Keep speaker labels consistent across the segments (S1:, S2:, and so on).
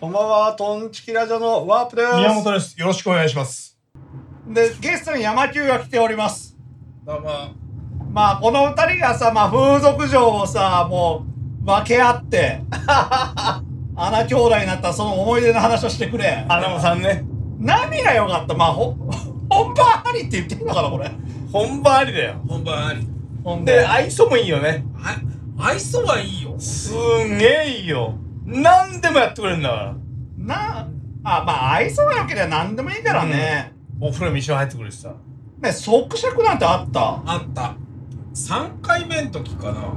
S1: こんばんは、トンチキラジオのワープです。
S2: 宮本です。よろしくお願いします。
S1: で、ゲストに山球が来ております。
S2: どうも。
S1: まあ、この二人がさ、まあ、風俗嬢をさ、もう、分け合って、 穴兄弟になったその思い出の話をしてくれ。
S3: アナモさんね
S1: 何が良かったまあ、ほ、本番ありって言ってんのかな、これ。
S3: 本番ありだよ
S2: 本番あり。
S1: ほん
S3: で
S1: で、
S3: 愛想もいいよね
S2: あ、愛想はいいよ。
S3: すんげえいいよ何でもやってくれるんだから
S1: な、あ、まあ、愛想が良ければ何でもいいからね。
S3: お風呂に一緒に入ってくるしさ
S1: ね、即尺なんてあった。
S2: あった。三回目の時かな。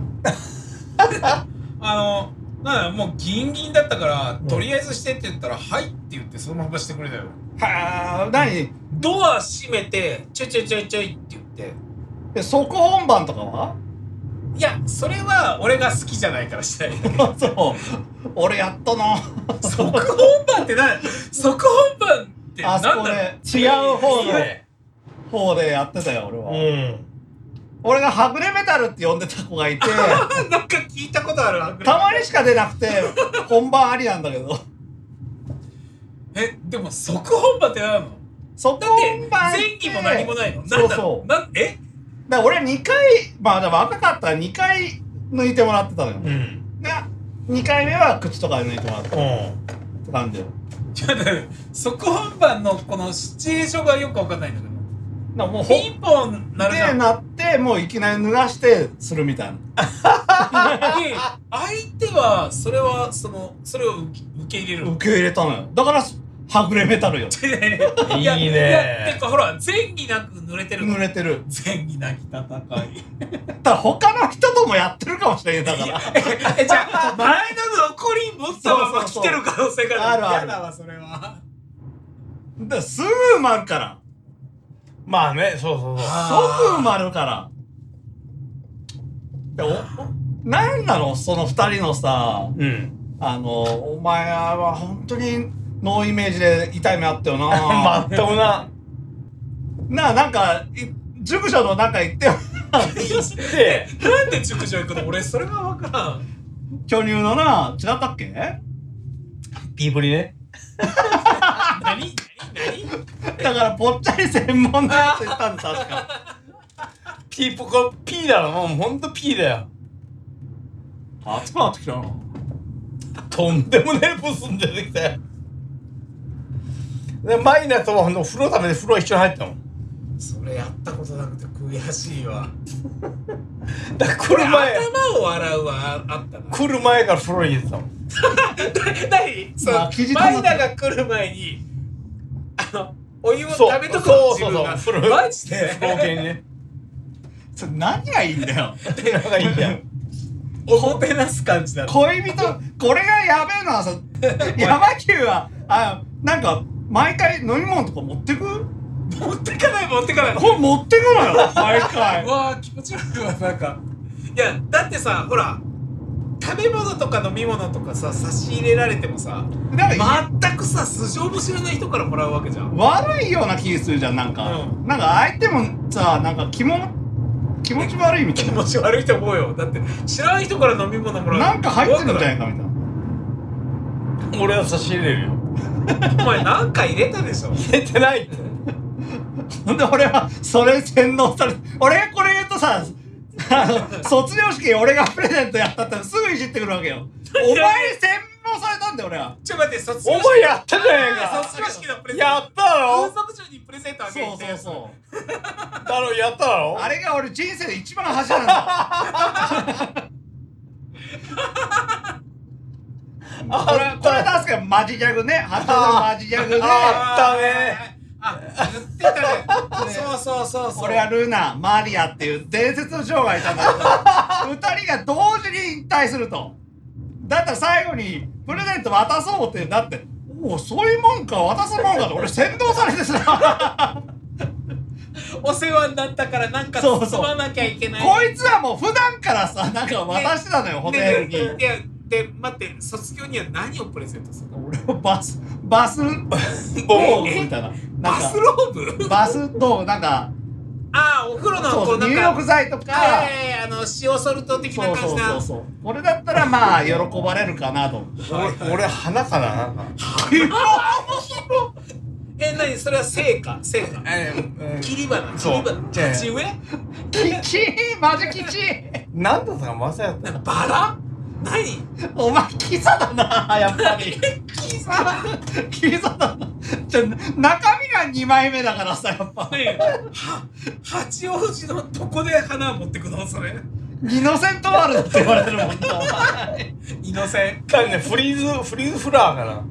S2: あの、なんだよもうギンギンだったから、とりあえずしてって言ったら、はいって言ってそのまましてくれたよ。
S1: はあ、何
S2: ドア閉めて、ちょいちょいちょいちょいって言って。
S1: で即本番とかはい
S2: や、それは俺が好きじゃないからした い。
S1: そう。俺やったな。
S2: 即本番ってな、即本番ってなんだ
S1: あそこね違う方の
S2: ね。
S1: 方でやってたよ、俺は。
S3: ん
S1: 俺がはぐれメタルって呼んでた子がいて、
S2: なんか聞いたことあるわ
S1: たまにしか出なくて、本番ありなんだけど。
S2: えでも即本場って何なの
S1: 即
S2: だって
S1: 本番って
S2: 前期も何もないの
S1: そ
S2: 何
S1: う
S2: な
S1: そ
S2: の
S1: う。だか
S2: なんえ
S1: ら俺2回、まあでも若かったら2回抜いてもらってたのよ。
S3: うん
S1: で、2回目は口とかで抜いてもらったっ
S3: う
S1: て感じよ。
S2: ちょっと待って即本番のこのシチュエーションがよくわかんないんだけど
S1: だからもうほ
S2: ピンポンなるじゃ
S1: で
S2: ん
S1: なって、もういきなり脱がしてするみたいな。
S2: で相手はそれはそのそれを受け入れる
S1: 受け入れたのよ。だから、はぐれメタルよ。
S2: いや
S3: いいね
S2: やてかほら前儀なく濡れてるの
S1: 濡れてる。
S2: 前儀なき戦い
S1: ただ他の人ともやってるかもしれんよだから。
S2: えじゃあ前の残り持ったまま来てる可能性
S1: そう
S2: が
S1: そうそうあるある
S2: 嫌だわそれは
S1: だからすぐ埋まるから。
S3: んまあねそうそうそう
S1: 即埋
S2: ま
S1: まるから。でおなんなのその二人のさ、
S3: うん
S1: あの、お前は本当にノーイメージで痛い目あった よ
S3: ま
S1: な
S3: っ。とうな
S1: なあ、なんか、い塾所の中行ってよ。
S3: で
S2: なんで塾女行くの俺それが分からん
S1: 巨乳のな、違ったっけ
S3: ピープリね
S2: 何何何
S1: だから、ぽっちゃり専門だって言ったんです、確か。
S3: ピーポコピーだろもうほんとピーだよ
S1: 熱くなってきたな。
S3: とんでもねえブスに出てきたよでマイナとはほんと風呂食べて風呂一緒に入ったもん
S2: それやったことなくて悔しいわ
S3: だから来る前
S2: 頭を洗うはあった な
S3: 来る前から風呂に入れてたもん
S2: 何その
S1: まあ生地溜ま
S2: マ
S1: って
S2: イナが来る前にあのお湯を
S3: そう
S2: 食べとこう
S3: そうそうそう
S2: 自
S3: 風
S2: 分
S3: 呂
S2: がマジで
S3: 風呂系にね
S1: それ何がいいんだよ。
S3: なんかいいじゃん
S2: おもてなす感じだろ
S1: 恋人これがやべえ なさ山球はあなんか毎回飲み物とか持ってく
S2: 持ってかない持ってかない
S1: これ持ってくのよ毎回
S2: うわー気持ち悪いわなんかいやだってさほら食べ物とか飲み物とかさ差し入れられてもさ
S1: なんか、
S2: 全くさ素性も知らない人からもらうわけじゃん
S1: 悪いような気するじゃんなんか、
S2: う
S1: なんか相手もさなんか気も気持ち悪いみたい
S2: 気
S1: な
S2: 持ち悪いと思うよだって知らない人から飲み物もらう
S1: なんか入ってるんじゃない
S2: い
S1: かみたい な
S3: 俺は差し入れるよ
S2: お前なんか入れたでしょ
S3: 入れてないって
S1: ほんで俺はそれ洗脳されて俺がこれ言うとさ あの卒業式俺がプレゼントやったってすぐいじってくるわけよお前に洗脳されたんだよ俺は
S2: ちょっと待って卒業
S3: お
S2: 式
S3: 前やったじゃねえ
S2: あー
S3: か
S2: 卒業式のプレゼント
S3: やったろ
S2: 風俗嬢にプレゼントあげ
S1: そ
S2: る
S1: うそうそう
S3: だろやったろ
S1: あれが俺人生で一番恥なんだ。これ
S3: あっ
S1: こ
S3: た
S1: れ確かにマジギャ グね。初のマジギャグね。
S3: あったね
S2: あ言ってたね そうそうそうそう
S1: 俺はルナ、マリアっていう伝説の女王がいたんだけど、二人が同時に引退すると。だったら最後にプレゼント渡そうって、だって、おお、そういうもんか、渡すもんかと俺先導されて さ、
S2: お世話になったからなんか
S1: そうそう
S2: 包まなきゃいけない
S1: こいつはもう普段からさ、なんか渡してたのよ、ホテルに。
S2: ででで待って卒業には何をプレゼントするの俺
S1: バス、バス、
S3: ボ
S1: 道
S3: ン
S1: 具みたいな。なん
S2: バ
S1: か
S2: スローブ
S1: バスと、なんか、
S2: ああお風呂の
S1: そう
S2: こ
S1: そうう
S2: なん
S1: 入
S2: か
S1: 浴剤とか
S2: はいはいはいあの塩ソルト的
S1: そ
S2: な
S1: うそ
S2: 感じ
S1: う
S2: な
S1: そうそうこれだったらまあ喜ばれるかなと思って
S3: 俺俺花かななんか
S2: え何それは成果成果
S3: えー
S2: 切り花切
S3: そう
S2: り花
S3: じゃあ
S2: 鉢植え
S1: キチマジキチ
S3: なんだったかまさやった
S2: なんかバラ何
S1: お前キザだなやっぱり
S2: キザ
S1: キザだなじゃ中身が2枚目だからさやっぱ
S2: ねえは八王子のどこで花持ってくのそれ
S1: 二の線トワールドって言われてるもんなお前
S2: イノセン
S3: 多分ねフリーズフリーズフラワーか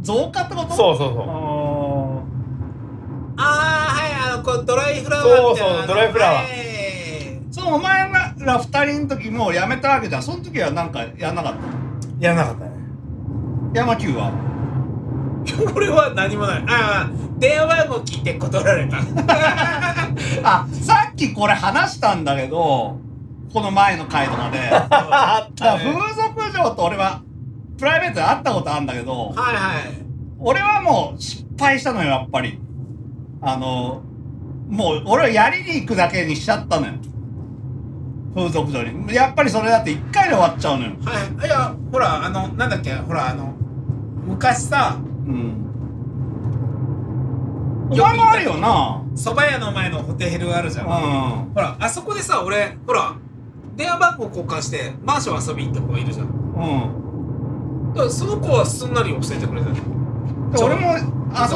S1: 増加ってこと
S3: なそうそうそう
S1: あ
S2: ああはいあのこうドライフラワーみたい
S3: そ
S2: な
S3: うそうドライフラワー
S2: ー
S1: ーそうお前らら二人の時もうやめたわけじゃんその時はなんかやんなかった
S3: やらなかったね
S1: 山球は
S2: 俺は何もないああ電話番号聞いて断られた
S1: あさっきこれ話したんだけどこの前の回と かでだか
S3: あった
S1: ら
S3: ね
S1: 風俗嬢と俺はプライベートで会ったことあるんだけど
S2: はいはい
S1: 俺はもう失敗したのよやっぱりあのもう俺はやりに行くだけにしちゃったのよ風俗嬢にやっぱりそれだって1回で終わっちゃうのよ
S2: はい、いやほらあのなんだっけほらあの昔さ
S1: うんお前もあるよな
S2: 蕎麦屋の前のホテルあるじゃん、
S1: う
S2: ほらあそこでさ俺ほら電話番号交換してマンション遊びに行った子がいるじゃん
S1: んうん
S2: だからその子はすんなり教えてくれたの
S1: で俺も遊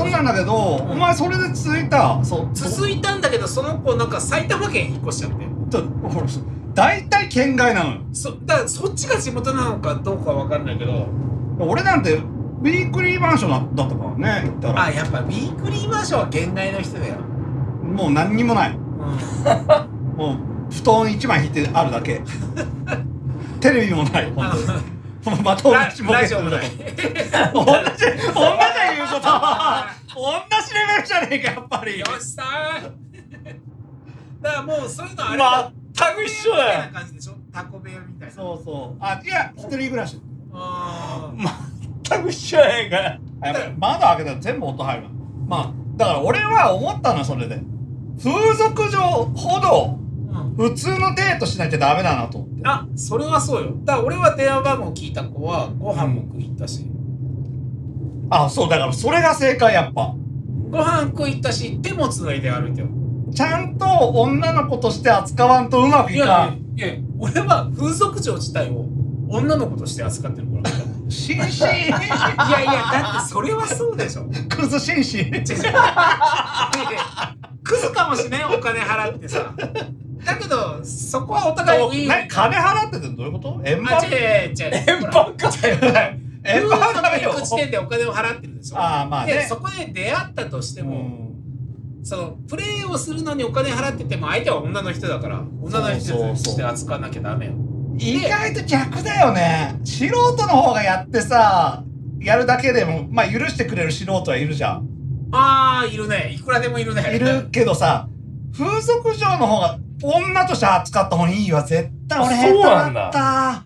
S1: んだんだけどお前それで続いたそう
S2: 続いたんだけどその子なんか埼玉県引っ越しちゃって
S1: とほら大体県外なのよ
S2: そだからそっちが地元なのかどうかわかんないけど
S1: 俺なんてウィークリーマンションだったからね行った
S2: あ
S1: ら
S2: やっぱウィークリーマンションは限界の人だよ、
S1: もう何にもない
S2: うん、
S1: もう布団一枚引いてあるだけ テレビもない本当にまた同
S2: ラ
S1: じボケ
S2: ラ
S1: て
S2: ジ
S1: る
S2: オもない
S1: 同じ同じだよ言うことは同じレベルじゃねえかやっぱり
S2: よしさんだからもうそういうのあれだ
S3: 全く一緒だよ
S2: みたいな感じでしょタコ部屋みたいな
S1: そうそうあいや一人暮らし
S2: あー
S3: 全く一緒やないか
S1: あやっぱり窓開けたら全部音入るわまあだから俺は思ったのそれで風俗嬢ほど
S2: うん
S1: 普通のデートしなきゃダメだなと思って
S2: あそれはそうよだから俺は電話番号聞いた子はご飯も食い行ったし、
S1: あそうだからそれが正解やっぱ
S2: ご飯食い行ったし手もつないで歩いてよ
S1: ちゃんと女の子として扱わんとうまく
S2: い
S1: いか
S2: や
S1: ん
S2: いやいや俺は風俗嬢自体を女の子として扱ってるから
S1: 紳 士
S2: いやいやだってそれはそうでし ょ
S1: クズ紳士
S2: 違う違うクズかもしれんお金払ってさだけどそこはお互いウィンウィン
S1: 何金払ってってどういうこと円
S2: あ、
S1: 盤
S2: 違う違う違う。
S3: 円盤か
S1: 円盤だめ
S2: 行
S1: よ
S2: く地点でお金を払ってるでしょ。
S1: ああまあね
S2: で、そこで出会ったとして
S1: う
S2: も、
S1: ん
S2: そのプレーをするのにお金払ってても、相手は女の人だから、女の人として扱わなきゃダメよ。
S1: 意外と逆だよね素人の方がやってさやるだけでもまあ許してくれる素人はいるじゃん
S2: ああ、いるね。いくらでもいるね。
S1: いるけどさ風俗嬢の方が女として扱った方がいいわ絶対俺下手
S3: そうなん
S1: だった
S3: だ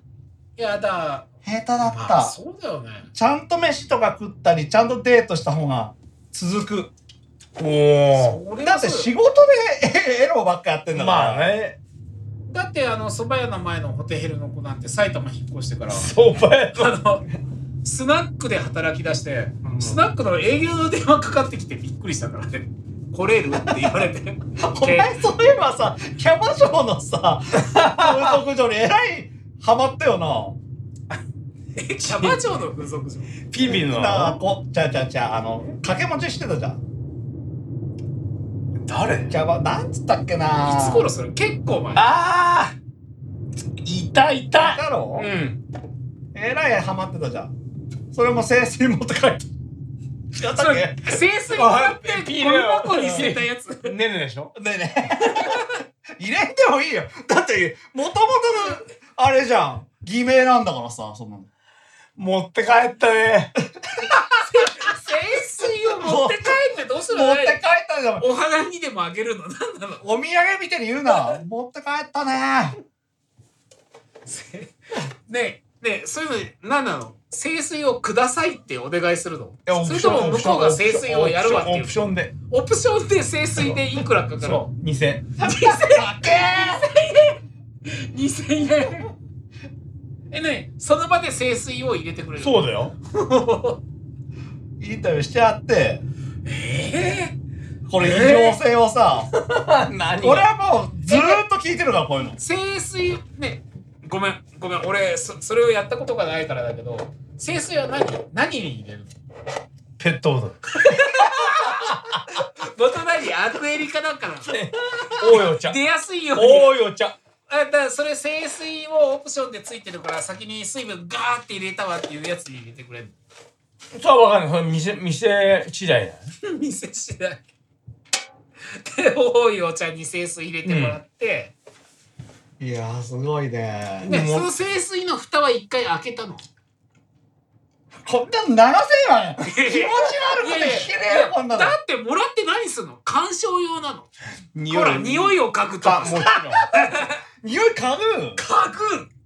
S2: いや、だから、
S1: 下手だ
S2: ま
S1: っ
S2: あ
S1: た
S2: そうだよね。
S1: ちゃんと飯とか食ったりちゃんとデートした方が続く
S3: おお
S2: それ
S1: だ
S2: は
S1: って
S2: そう
S1: 仕事でエロばっかやってんだから
S3: まあね
S2: だって、あの、蕎麦屋の前のホテヘルの子なんて埼玉引っ越してから、
S3: そうばや
S2: あの、スナックで働き出して、
S1: うん
S2: スナックの営業の電話かかってきてびっくりしたからね。来れるって言われ て。
S1: お前そういえばさキャバ嬢のさ風俗嬢にえらいハマったよな
S2: えキャバ嬢の風俗嬢。
S3: ピーピーの
S1: なんかこうちゃうちゃうちゃうあの掛け持ちしてたじゃん
S3: 誰
S1: キャバなんつったっけない
S2: いつ頃それ結構前。
S3: ああいたいた
S1: だろ、
S2: うん。
S1: えらいハマってたじゃんそれも清水持って帰って違った
S2: そ
S1: っ
S2: れ
S1: け、
S2: 清水に洗って、ゴミ箱に捨てたやつ。
S3: ねるでしょ
S1: ねえね え入れんでもいいよだってもともとのあれじゃん偽名なんだからさそんなの
S3: 持って帰ったね
S2: 清水を持って帰ってどうするの
S1: 持って帰ったじゃん
S2: お花にでもあげるのなんなの
S1: お土産みたいに言うな持って帰ったね
S2: ねえ、ねえ、そういうの何なの清水をくださいってお願いするの
S3: いやオ
S2: そ
S3: プ
S2: れ
S3: ショ
S2: と
S3: ンオプ
S2: も向
S3: ション
S2: こうが清水をやるわってい
S3: オ
S2: う
S3: プションで
S2: オプションで清水でいくらかかる
S3: そう2000円
S2: 2000円えねその場で清水を入れてくれる
S3: そうだよ
S1: インタビューしちゃって
S2: えー
S1: これ異常性をさ、
S3: 何
S1: 俺はもうずーっと聞いてるからこういうの
S2: 清水ねごめんごめん俺そそれをやったことがないからだけど清水は何何に入れるの
S3: ペットボトル
S2: 元何アクエリかなんかなの
S3: おいお茶
S2: 出やすいように
S3: おいお茶
S2: あだからそれ清水をオプションでついてるから先に水分ガーって入れたわっていうやつに入れてくれる
S3: それはわかんないそれ店店次第だよ
S2: の店次第で多いお茶に清水入れてもらって、
S1: いやーすごいね
S2: ね
S3: うん
S2: その清水の蓋は一回開けたの
S1: こんなの流せない気持ち悪
S2: い
S1: く
S2: やい
S1: て
S2: や
S1: 聞けねえよこんなの
S2: だってもらって何すんの鑑賞用なの
S1: 匂
S2: ほら匂
S1: い
S2: いを嗅ぐと
S1: か
S2: か
S1: もちろん 匂い嗅ぐ
S2: 嗅ぐ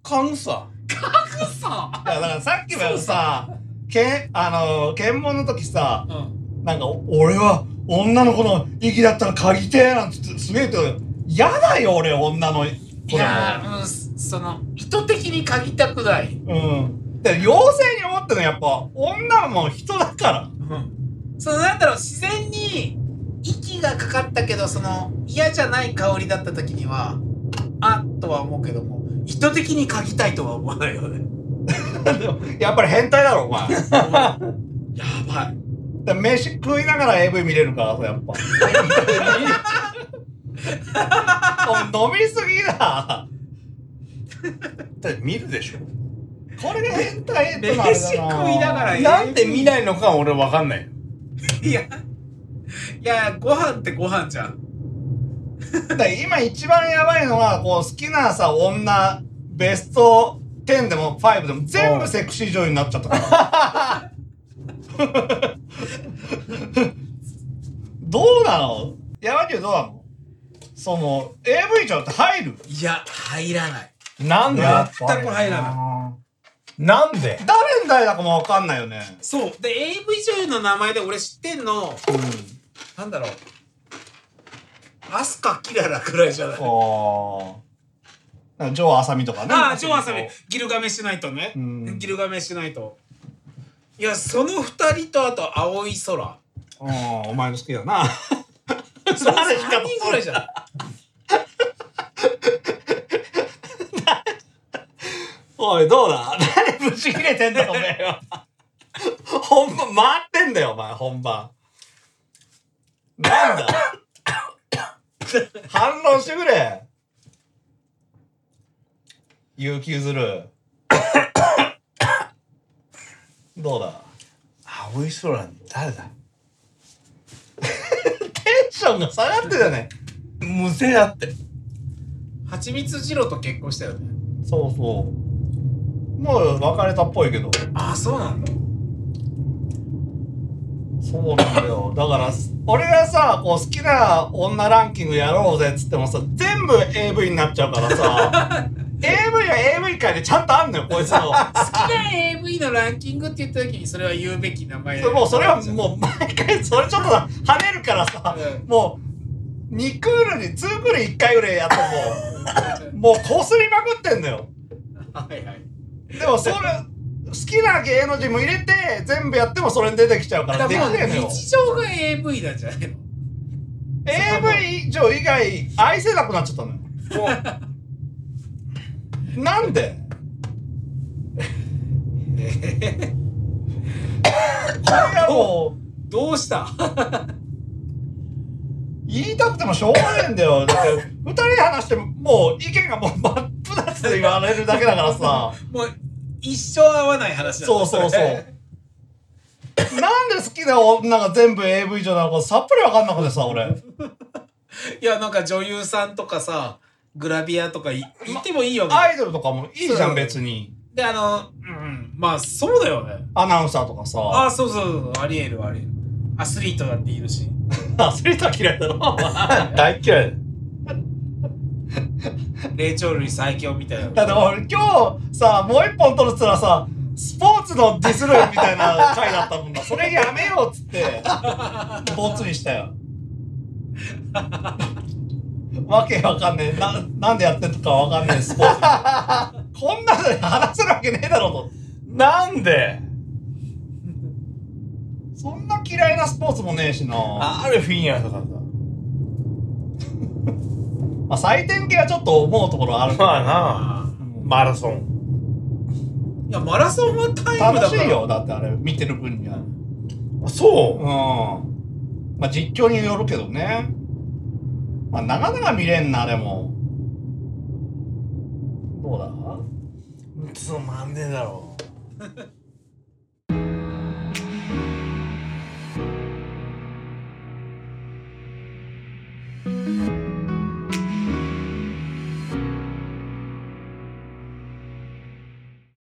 S3: 缶さ
S2: 嗅ぐさ、
S1: いやだからさっきもさけあの検問の時さ
S2: うん、
S1: なんか俺は女の子の息だったら嗅ぎてえなんつってすげえ言って嫌だよ俺女の
S2: い
S1: 子
S2: や
S1: だ
S2: ー、うん、その意図的に嗅ぎたくない、
S1: もんうんだから妖精に思ってるのはやっぱ女も人だから
S2: そのなんだろう自然に息がかかったけどその嫌じゃない香りだった時にはあっとは思うけども意図的に嗅ぎたいとは思わないよね
S1: やっぱり変態だろお前だか
S2: やばい
S1: ら飯食いながら AV 見れるからさやっ ぱお前飲みすぎだ
S3: だって見るでしょ
S1: これが変態って
S2: 飯食いながら
S3: なんで見ないのか俺わかんないよ
S2: いやいやご飯ってご飯じゃん
S1: だから今一番やばいのはこう好きなさ女ベスト10でも5でも全部セクシー女優になっちゃったからどうなの山中どうなのその AV ちゃんって入る
S2: いや入らない
S3: なんで
S2: や全く入ら
S3: なんで
S1: 誰に誰だかもわかんないよね
S2: そうで AV 女優の名前で俺知ってんの
S1: うん
S2: なんだろうアスカキララくらいじゃない
S1: こうなんかジョー・アサミとかね
S2: ああ、ジョーアサミ、ギルガメしないとね。
S1: うん
S2: ギルガメしないと。いや、その二人とあと青い 空。
S1: うんお前の好きだな
S2: その
S1: 誰しか
S2: 三人ぐらいじゃん。
S1: おい、どうだ誰ぶち切れてんだよ、おめえは。本番、回ってんだよ、お前、本番。なんだ反論してくれ。有給ずる。どうだ
S3: 青い空に誰だ
S1: テンションが下がってたね。
S3: 無勢だって
S2: 蜂蜜二郎と結婚したよね。
S1: そうそう。もう別れたっぽいけど。
S2: ああ、そうなんだ。
S1: そうなんだよ。だから、俺がさ、こう好きな女ランキングやろうぜっつってもさ、全部 AV になっちゃうから さ、AV は AV 界でちゃんとあんのよ、こいつの。
S2: 好きな AV のランキングって言った時にそれは言うべき名前
S1: も うそれはもう毎回、それちょっとさ跳ねるからさ、
S2: うん
S1: もう、2クールに、2クール1回ぐらいやっても、もうこすりまくってんのよ。
S2: はいはい。
S1: でも、それ、好きな芸能人も入れて、全部やってもそれに出てきちゃうか、
S2: だからら
S1: できね
S2: もう
S1: えのよ。
S2: 日常が AV なんじゃないの
S1: AV 以上以外愛せなくなっちゃったのよなんでこれがもう
S2: どうした
S1: 言いたくてもしょうがないんだよだって2人で話してももう意見がもう真っ二つで言われるだけだからさ
S2: もう一生合わない話なん
S1: そ
S2: だ
S1: うそうそうなん
S2: れ
S1: で好きな女が全部 AV 以上なのかさっぱり分かんなくてさ俺
S2: いやなんか女優さんとかさグラビアとかい行ってもいいよね
S1: アイドルとかもいいじゃん別に
S2: であの、うん、まあそうだよね
S1: アナウンサーとかさ
S2: ああそうそうそうありえるありえるアスリートだっているし
S1: アスリートは嫌いだろ
S3: 大嫌いだ
S2: 霊長類最強みたいな
S1: だって俺今日さもう一本撮るっつったらさスポーつのディスるみたいな回だったもんな。それやめようっつって、ボツにしたよ。わけわかんねえ。な、なんでやってんのかわかんねえ、スポーツ。こんなの話せるわけねえだろと。
S3: なんで
S1: そんな嫌いなスポーツもねえしな。ま
S3: あるフィギュアとかさ
S1: あ、採点系はちょっと思うところはある。
S3: まあな
S2: あ
S3: マラソン
S2: ーいやマラソンはタイムだから
S1: 楽しいよ、だってあれ、見てる分には。
S3: あそう、
S1: うん。まあ実況によるけどね。まあなかなか見れんな、あれも。どうだ
S3: つまんねえだろ